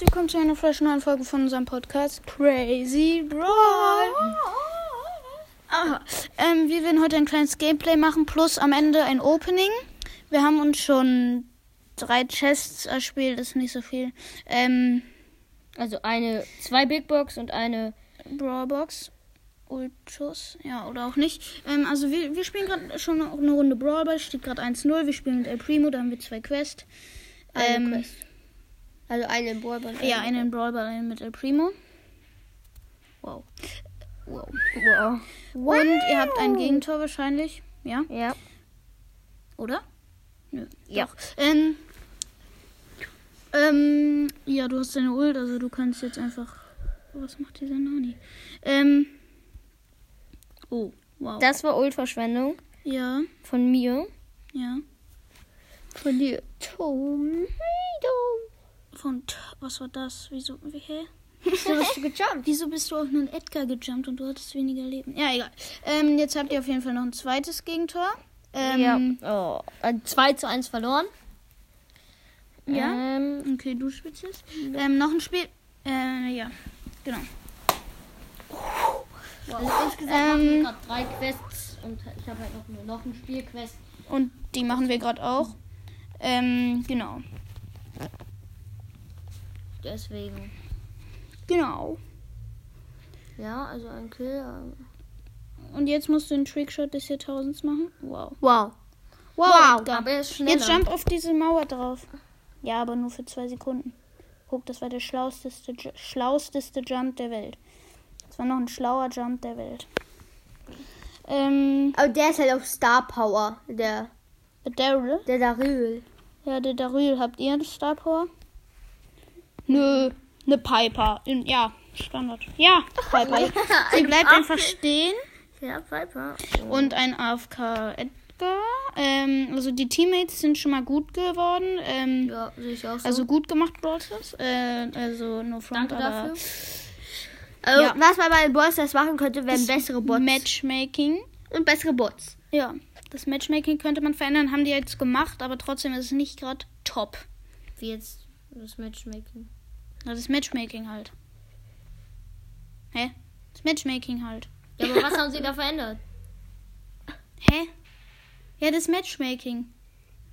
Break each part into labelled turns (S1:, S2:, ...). S1: willkommen zu einer fresh neuen Folge von unserem Podcast Crazy Brawl. Aha. Ähm, wir werden heute ein kleines Gameplay machen, plus am Ende ein Opening. Wir haben uns schon drei Chests erspielt, ist nicht so viel. Ähm,
S2: Also eine, zwei Big Box und eine.
S1: Brawlbox. Ultus, ja, oder auch nicht. Ähm, also wir, wir spielen gerade schon auch eine Runde Brawlball, steht gerade 1-0. Wir spielen mit El Primo, da haben wir zwei Quest.
S2: Eine
S1: Ähm,
S2: Quest. Also eine im Ballball.
S1: Ja, einen in Brawl Ball, einen mit El Primo. Wow. Wow.
S2: Wow.
S1: Und ihr habt ein Gegentor wahrscheinlich, ja?
S2: Ja.
S1: Oder? Nö.
S2: Ja.
S1: Doch. Ähm, ähm, ja, du hast deine Ult, also du kannst jetzt einfach. Oh, was macht dieser Nani? Ähm. Oh, wow.
S2: Das war Ultverschwendung
S1: ja,
S2: von mir.
S1: ja.
S2: Von dir. Tomato.
S1: Von t- was war das? Wieso? Wie, hä?
S2: So bist du gejumpt.
S1: Wieso bist du auf einen Edgar gejumpt und du hattest weniger Leben? Ja, egal. Ähm, jetzt habt ihr auf jeden Fall noch ein zweites Gegentor. Ähm,
S2: ja. Oh. Ein 2 zu 1 verloren.
S1: Ja.
S2: Ähm,
S1: Okay, du spielst jetzt. Ähm, noch ein Spiel. Äh, ja. Genau.
S2: also insgesamt ähm, gerade drei Quests und ich habe halt noch, eine- noch ein Spielquest.
S1: Und die machen wir gerade auch. Ähm, genau.
S2: Deswegen.
S1: Genau.
S2: Ja, also ein Kill. ähm.
S1: Und jetzt musst du den Trickshot des Jahrtausends machen. Wow. Genau.
S2: Wow.
S1: Wow.
S2: Aber er ist schneller.
S1: Jetzt jump auf diese Mauer drauf. Ja, aber nur für zwei Sekunden. Guck, das war der schlausteste, Ju- schlausteste Jump der Welt. Das war noch ein schlauer Jump der Welt. Ähm,
S3: Aber der ist halt auf Star Power, der,
S1: Daryl?
S3: der Daryl.
S1: Ja, der Daryl. Habt ihr einen Star Power? Nö, ne Piper. In, ja, Standard. Ja, Piper. Sie bleibt einfach stehen.
S3: Ja, Piper.
S1: Und ein AFK Edgar. Ähm, also die Teammates sind schon mal gut geworden. Ähm,
S3: Ja, sehe ich auch so.
S1: Also gut gemacht, Brawl Stars. Äh, also no front,
S2: Danke
S1: aber
S2: dafür.
S3: Also,
S1: ja.
S3: Was man bei den Bots das machen könnte, wären bessere Bots.
S1: Matchmaking.
S3: und bessere Bots.
S1: Ja, das Matchmaking könnte man verändern, haben die jetzt gemacht, aber trotzdem ist es nicht gerade top.
S2: Wie jetzt das Matchmaking.
S1: Na, Das Matchmaking halt. Hä? Das Matchmaking halt.
S2: Ja, aber was haben sie da verändert?
S1: Hä? Ja, das Matchmaking.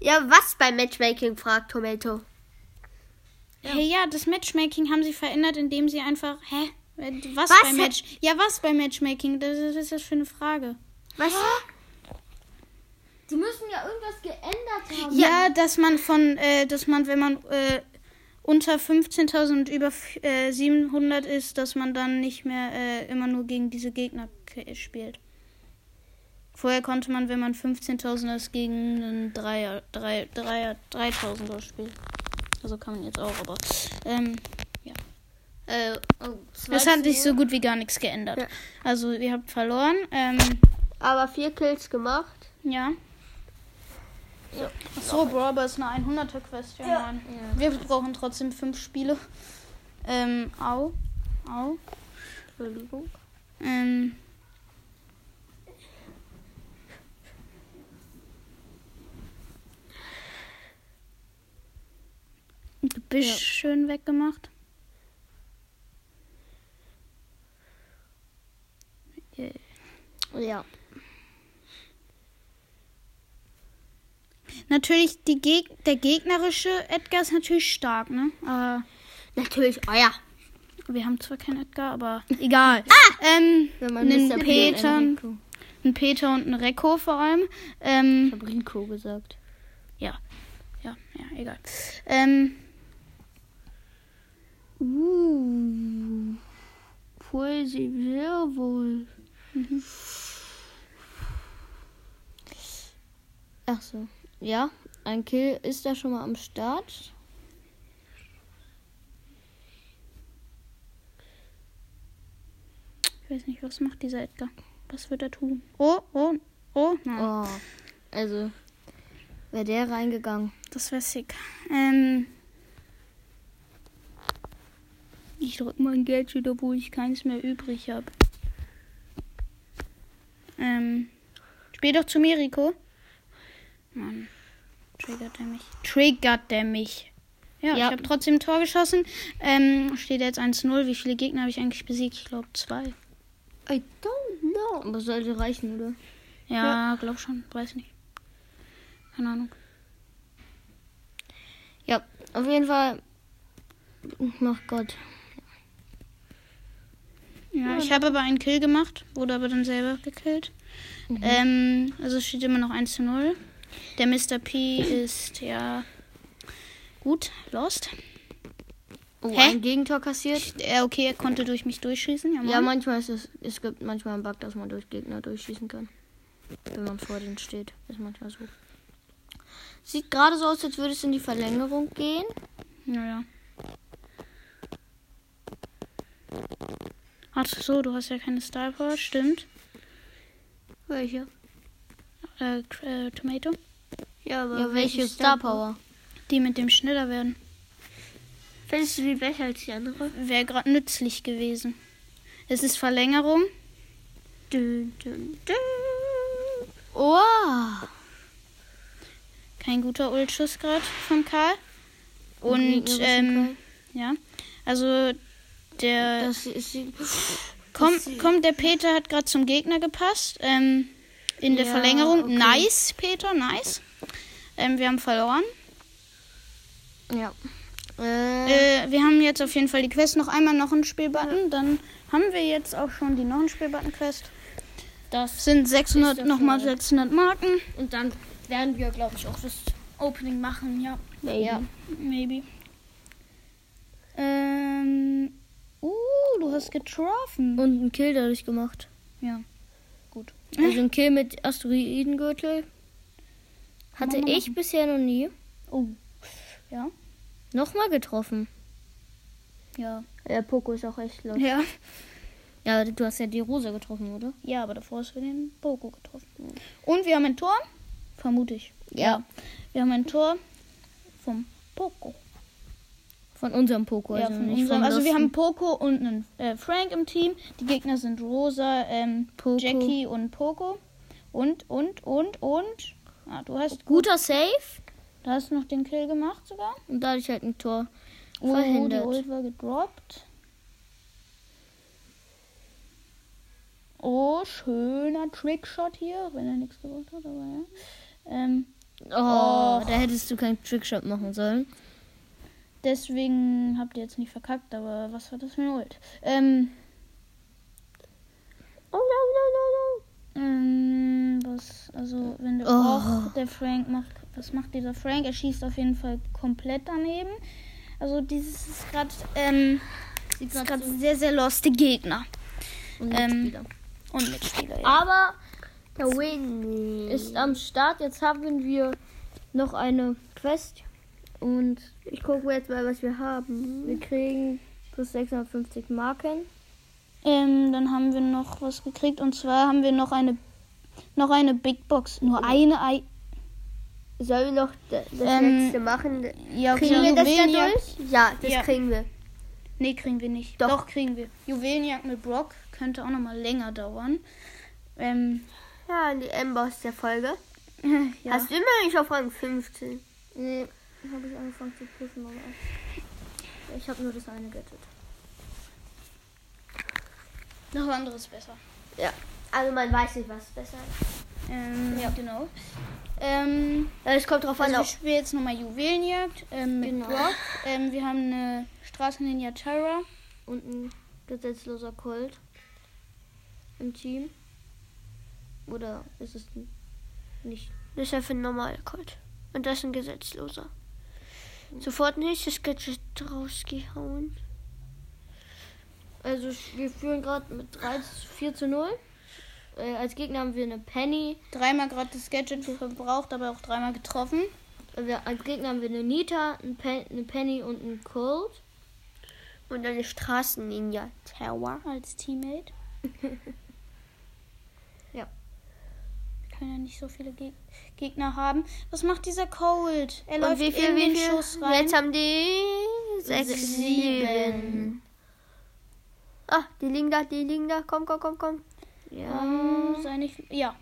S3: Ja, was beim Matchmaking, fragt Tomato.
S1: Ja. Hey, ja, das Matchmaking haben sie verändert, indem sie einfach. Hä? Was,
S3: Was
S1: bei
S3: hat-
S1: Match? Ja, was bei Matchmaking? Das ist, was ist das für eine Frage.
S3: Was?
S2: Die müssen ja irgendwas geändert haben.
S1: Ja, dass man von, äh, dass man, wenn man äh, unter 15.000 und über äh, 700 ist, dass man dann nicht mehr äh, immer nur gegen diese Gegner k- spielt. Vorher konnte man, wenn man 15.000 ist, gegen einen Dreier, drei, Dreier, 3.000er spielen. Also kann man jetzt auch, aber ähm,
S3: Äh,
S1: es hat sich so gut wie gar nichts geändert.
S3: Ja.
S1: Also ihr habt verloren. Ähm,
S3: aber vier Kills gemacht.
S1: ja. Ach So, Bro, aber ist eine 100er Quest. Ja, Mann.
S2: Ja.
S1: Wir brauchen trotzdem fünf Spiele. Ähm, au. Au.
S3: Entschuldigung.
S1: Ähm. Gebüsch schön weggemacht.
S3: Ja.
S1: Natürlich, die Geg der gegnerische Edgar ist natürlich stark, ne? Aber
S3: Natürlich oh euer.
S1: wir haben zwar keinen Edgar, aber egal. ähm,
S3: Wenn
S1: einen
S3: Mr. P und
S1: Peter,
S3: einen Rico.
S1: einen Peter und einen Rekko vor allem. Ähm,
S3: Ich hab Rico gesagt.
S1: Ja, ja, egal. Ähm.
S3: Uh. Poesie, sehr wohl. Mhm. Ach so. Ja, ein Kill ist da schon mal am Start.
S1: Ich weiß nicht, was macht dieser Edgar? Was wird er tun? Oh, oh, oh, nein.
S3: Oh. Also, wäre der reingegangen.
S1: Das wäre sick. Ähm. Ich drück mein Geld wieder, wo ich keins mehr übrig habe. Ähm. Spiel doch zu mir, Rico. Mann. Triggert er mich. Triggert er mich. Ja, ich
S3: Ja.
S1: habe trotzdem ein Tor geschossen. Ähm, steht jetzt 1-0. Wie viele Gegner habe ich eigentlich besiegt? Ich glaube zwei.
S3: I don't know. Aber sollte reichen, oder?
S1: Ja, glaub schon. Weiß nicht. Keine Ahnung.
S3: Ja, auf jeden Fall. Ach Gott.
S1: Ja, ich habe aber einen Kill gemacht, wurde aber dann selber gekillt. Ähm, also es steht immer noch 1 zu 0. Der Mr. P ist ja gut, lost.
S3: Oh,
S1: Hä?
S3: ein Gegentor kassiert?
S1: Er, okay, er konnte durch mich durchschießen. Ja,
S3: Ja,
S1: Mann.
S3: manchmal ist es, es gibt manchmal einen Bug, dass man durch Gegner durchschießen kann. Wenn man vor denen steht, ist manchmal so. Sieht gerade so aus, als würde es in die Verlängerung gehen.
S1: Naja. Ach so, du hast ja keine Star Power, stimmt.
S3: Welche?
S1: Äh, äh, Tomato.
S4: Ja, aber
S3: Ja, welche Star Power?
S1: Die mit dem schneller werden.
S4: Findest du die besser als die andere?
S1: Wäre gerade nützlich gewesen. Es ist Verlängerung.
S4: Dün, dün, dün.
S3: Oh!
S1: Kein guter Ultschuss gerade vom Karl.
S3: Im
S1: Und,
S3: gegnerischen
S1: ähm, ja. Also, der.
S3: Das ist sie.
S1: Komm, komm, der Peter hat gerade zum Gegner gepasst. Ähm, in der
S3: Ja,
S1: Verlängerung.
S3: okay.
S1: Nice, Peter, nice. Ähm, wir haben verloren.
S3: Ja. Äh,
S1: Äh, wir haben jetzt auf jeden Fall die Quest noch einmal noch einen Spielbutton. Dann haben wir jetzt auch schon die noch einen Spielbutton-Quest.
S2: Das.
S1: Sind
S2: Ist
S1: 600,
S2: das
S1: nochmal
S2: schon mal-
S1: 600 Marken.
S2: Und dann werden wir, glaube ich, auch das Opening machen, ja.
S3: ja.
S1: Maybe. Ähm. Uh, du hast getroffen.
S3: Und einen Kill dadurch gemacht.
S1: Ja. Gut.
S3: Also einen Kill mit Asteroidengürtel. Hatte
S1: Kann man
S3: ich bisher noch nie.
S1: Oh. Ja.
S3: Nochmal getroffen.
S1: Ja.
S3: Ja, Poco ist auch echt los.
S1: Ja.
S3: Ja, du hast ja die Rose getroffen, oder?
S1: Ja, aber davor hast du den Boko getroffen. Und wir haben ein Tor. Vermute ich.
S3: Ja.
S1: Wir haben ein Tor vom Boko.
S3: Von unserem Poco.
S1: Ja,
S3: also
S1: von
S3: nicht
S1: unserem.
S3: vom
S1: Also wir
S3: Losten.
S1: haben Poco und einen äh, Frank im Team. Die Gegner sind Rosa, ähm,
S3: Poco.
S1: Jackie und Poco. Und, und, und, und. Ah, du hast gut.
S3: Guter Save
S1: Du hast noch den Kill gemacht sogar.
S3: und dadurch halt ein Tor
S1: Oh,
S3: verhindert.
S1: die Ult war gedroppt. Oh, schöner Trickshot hier, wenn er nichts gewollt hat, aber ja. Ähm,
S3: oh, da hättest du keinen Trickshot machen sollen.
S1: deswegen habt ihr jetzt nicht verkackt, aber was war das für eine Ult? Ähm,
S4: Oh, no, no,
S1: ähm, was, also, wenn der,
S3: Oh.
S1: Och, der Frank macht, was macht dieser Frank? Er schießt auf jeden Fall komplett daneben. Also, dieses ist gerade, ähm,
S2: Sieht
S1: ist
S2: grad
S1: gerade sehr, sehr loste Gegner.
S3: Und
S1: Ähm, und Mitspieler, ja.
S3: aber
S4: no, no. Der Win.
S3: ist am Start. Jetzt haben wir noch eine Quest und
S4: Ich gucke jetzt mal, was wir haben.
S3: wir kriegen plus 650 Marken.
S1: Ähm, dann haben wir noch was gekriegt und zwar haben wir noch eine noch eine Big Box, nur eine Ei.
S4: Sollen wir noch d- das
S1: Ähm,
S4: letzte machen?
S1: Ja, okay,
S4: Kriegen wir das
S1: Juwelenjagd-
S4: dadurch? Ja, das
S1: Ja.
S4: kriegen wir.
S1: Nee, kriegen wir nicht. Doch,
S4: Doch.
S1: kriegen wir. Juwelenjagd mit Brock könnte auch noch mal länger dauern. Ähm,
S4: Ja, die M-Boss der Folge.
S1: ja.
S4: Hast du immer nicht auf Rang 15?
S3: Nee, habe ich angefangen zu prüfen, aber ich habe nur das eine gerettet.
S1: noch was anderes besser.
S4: Ja. Also man weiß nicht, was besser ist.
S1: Ähm, ja, genau. Ähm,
S3: Äh,
S4: Es kommt drauf an,
S1: also
S4: ob
S1: ich spiele jetzt nochmal Juwelenjagd ähm, mit
S3: Genau.
S1: Brock. Ähm, wir haben eine Straßenlinie Terra.
S3: Und ein gesetzloser Colt im Team. Oder ist es n- nicht?
S4: Das ist einfach ein normaler Colt. Und das ist ein gesetzloser.
S3: Hm.
S4: Sofort nächstes Gadget rausgehauen.
S3: Also sch- wir führen gerade mit 3 zu 4 zu 0. Äh, als Gegner haben wir eine Penny.
S1: Dreimal gerade das Gadget verbraucht, aber auch dreimal getroffen.
S3: Äh, wir, als Gegner haben wir eine Nita, ein Pen, eine Penny und einen Colt.
S4: Und eine Straßenlinie. Terror.
S1: als Teammate.
S3: Ja.
S1: Wir können ja nicht so viele Geg Gegner haben. Was macht dieser Cold? Er
S4: Und
S1: läuft
S4: wie viel,
S1: in
S4: wie
S1: den
S4: viel?
S1: Schuss rein.
S4: Jetzt haben die sechs, sieben. Ah, die liegen da, die liegen da. Komm, komm, komm, komm.
S3: Ja.
S1: Ähm, sei nicht, ja.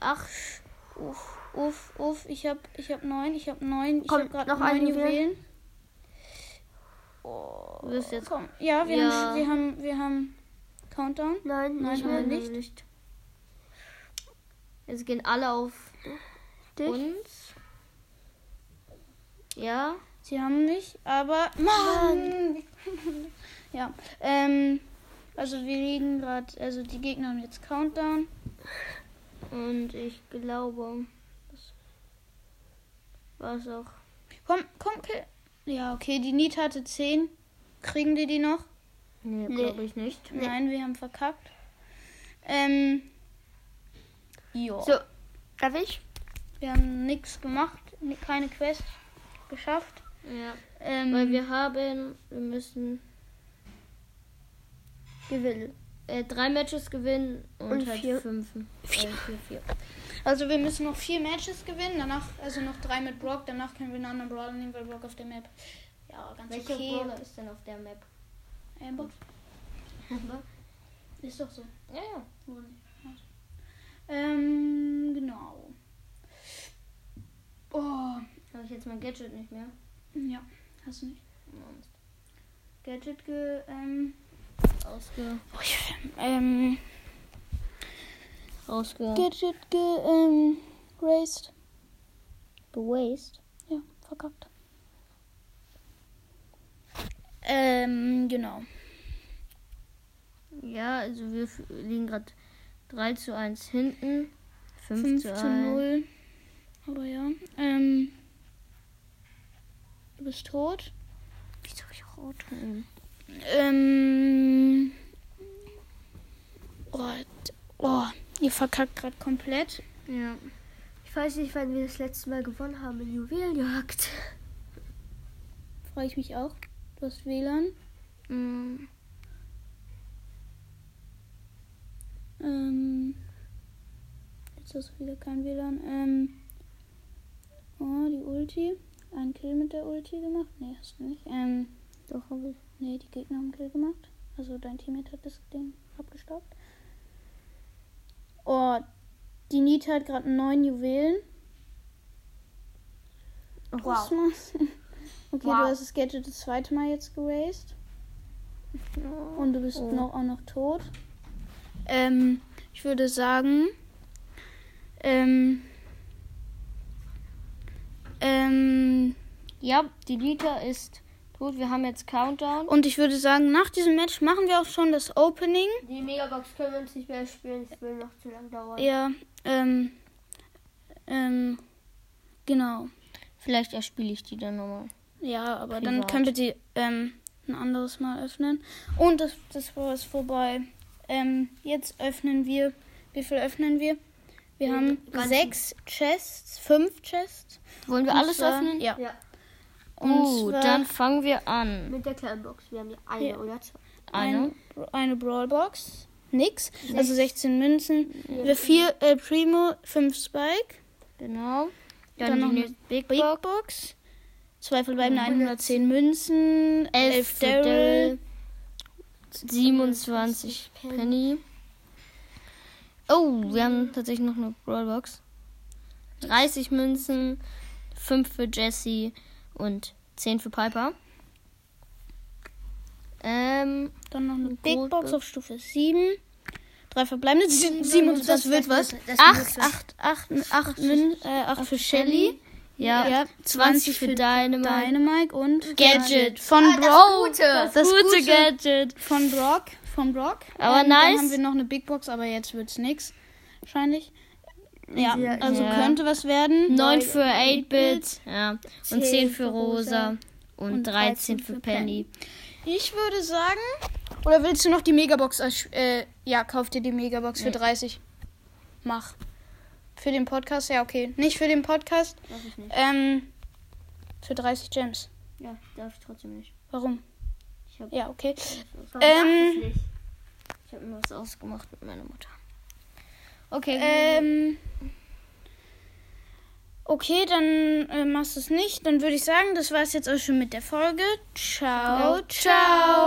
S3: Ach,
S4: Uff,
S1: uff, uff. Ich hab, ich hab neun, ich hab neun. Ich
S4: Komm,
S1: hab gerade
S4: noch
S1: neun
S4: ein Juwel.
S1: Juwelen.
S3: Du wirst jetzt.
S1: Komm, ja, wir,
S3: Ja.
S1: Haben, wir haben, wir haben Countdown. Nein,
S4: Nein, nicht Also mehr.
S1: nein,
S3: nicht. nicht. Jetzt gehen alle auf
S4: Dich?
S3: uns. Ja.
S1: Sie haben mich, aber Mann. ja, ähm, also wir liegen gerade, also die Gegner haben jetzt Countdown.
S3: Und ich glaube, das war's auch.
S1: Komm, komm, kill. Ja, okay, die Nita hatte 10. Kriegen die die noch?
S3: Nee, glaube ich nicht.
S1: Nein, wir haben verkackt. Ähm. Jo.
S4: So, darf ich?
S1: Wir haben nichts gemacht, ni- keine Quest geschafft.
S3: Ja.
S1: Ähm,
S3: Weil wir haben, wir müssen gewinnen. Äh, drei Matches gewinnen und,
S4: Und
S3: halt
S4: vier-
S3: fünf. Äh, vier, vier.
S1: also wir müssen noch vier Matches gewinnen, danach, also noch drei mit Brock, danach können wir einen anderen Brawler nehmen, weil Brock auf der Map. Ja, ganz
S3: Welcher
S1: okay.
S3: Brawler ist denn auf der Map?
S1: Amber? Ist doch so.
S3: Ja, ja.
S1: Ähm, genau. Oh,
S3: Habe ich jetzt mein Gadget nicht mehr?
S1: ja, hast du nicht. Gadget ge. Ähm,
S3: Ausge
S1: ähm,
S3: Ausge
S1: Gadget ge. Ähm, raced.
S3: Waste.
S1: Ja, verkackt. Ähm, genau.
S3: Ja, also wir f- liegen gerade 3 zu 1 hinten. 5,
S1: 5
S3: zu 1.
S1: zu 0. Aber ja. Ähm, du bist tot.
S3: Wieso hab ich rot? Mhm.
S1: Ähm. Oh, d- oh ihr verkackt gerade komplett.
S3: Ja.
S4: Ich weiß nicht, wann wir das letzte Mal gewonnen haben in Juwelenjagd.
S1: Freue ich mich auch. Du hast WLAN.
S4: Mm.
S3: Mhm.
S1: Ähm. Jetzt hast du wieder kein WLAN. Ähm. Oh, die Ulti. Ein Kill mit der Ulti gemacht. Nee, hast du nicht. Ähm.
S3: Doch, hab ich.
S1: Nee, die Gegner haben Kill gemacht. Also dein Teammate hat das Ding abgestaubt. Oh, die Nita hat gerade neun Juwelen.
S3: Wow.
S1: Das war's. Okay,
S4: Wow.
S1: du hast das Gadget das zweite Mal jetzt geraced. Und du bist noch, auch noch tot. Ähm, ich würde sagen, ähm, ähm,
S3: Ja, die Lita ist tot. Wir haben jetzt Countdown.
S1: und ich würde sagen, nach diesem Match machen wir auch schon das Opening.
S4: Die Megabox können wir uns nicht mehr spielen. Es will noch zu lang dauern.
S1: Ja, ähm, ähm, genau.
S3: Vielleicht erspiele ich die dann nochmal.
S1: Ja, aber dann
S3: Privat.
S1: können wir die ähm, ein anderes Mal öffnen. Und das, das war es vorbei. Ähm, jetzt öffnen wir. Wie viel öffnen wir? Wir haben
S3: ganzen-
S1: sechs Chests, fünf Chests.
S3: Wollen wir
S1: Und
S3: alles
S1: zwar-
S3: öffnen?
S1: Ja.
S4: Ja.
S1: Und
S3: Gut,
S1: zwar
S3: dann fangen wir an.
S4: Mit der kleinen Box. Wir haben ja eine
S1: Ja.
S4: oder zwei.
S1: eine,
S3: Eine.
S1: eine Brawlbox. Nix. Also 16 Münzen. Wir vier El Primo, fünf Spike.
S3: Genau.
S1: Dann
S3: Dann,
S1: noch
S3: die
S1: eine
S3: nächste Big
S1: Big
S3: Box.
S1: Box. Zwei verbleibende 110 Münzen. 11 Daryl.
S3: 27 Penny. Oh, wir haben tatsächlich noch eine Rollbox. 30 Münzen, 5 für Jesse und 10 für Piper. Ähm,
S1: Dann noch eine
S3: Gold-
S1: Big Box auf Stufe 7. Drei verbleibende 27. Das wird was? 8, 8, 8, 8, äh, acht für Shelly.
S3: ja, 20 für Dynamite.
S1: Dynamite und
S3: Gadget.
S1: von
S4: das
S1: Brock.
S4: Gute. Das
S3: Ah, gute Gadget.
S1: Von Brock. Von Brock. Dann
S3: Aber nice.
S1: haben wir noch eine Big Box, aber jetzt wird's nix. Wahrscheinlich. Ja,
S4: Ja,
S1: also
S3: ja.
S1: könnte was werden.
S3: 9 für 8-Bit ja, und 10 für
S1: für
S3: Rosa und 13 für
S1: für
S3: Penny.
S1: Ich würde sagen. Oder willst du noch die Megabox? ersch- Äh, ja, kauf dir die Megabox für 30. Mach. Für den Podcast? Ja, okay. Nicht für den Podcast.
S3: Darf ich nicht.
S1: Ähm, für 30 Gems.
S3: Ja, darf ich trotzdem nicht.
S1: Warum?
S3: Ich hab-
S1: Ja, okay.
S4: Warum
S1: Ähm,
S4: darf ich nicht?
S3: Ich habe mir was ausgemacht mit meiner Mutter. Okay,
S1: Ähm, okay, dann äh, machst du es nicht. Dann würde ich sagen, das war es jetzt auch schon mit der Folge. Ciao, ciao.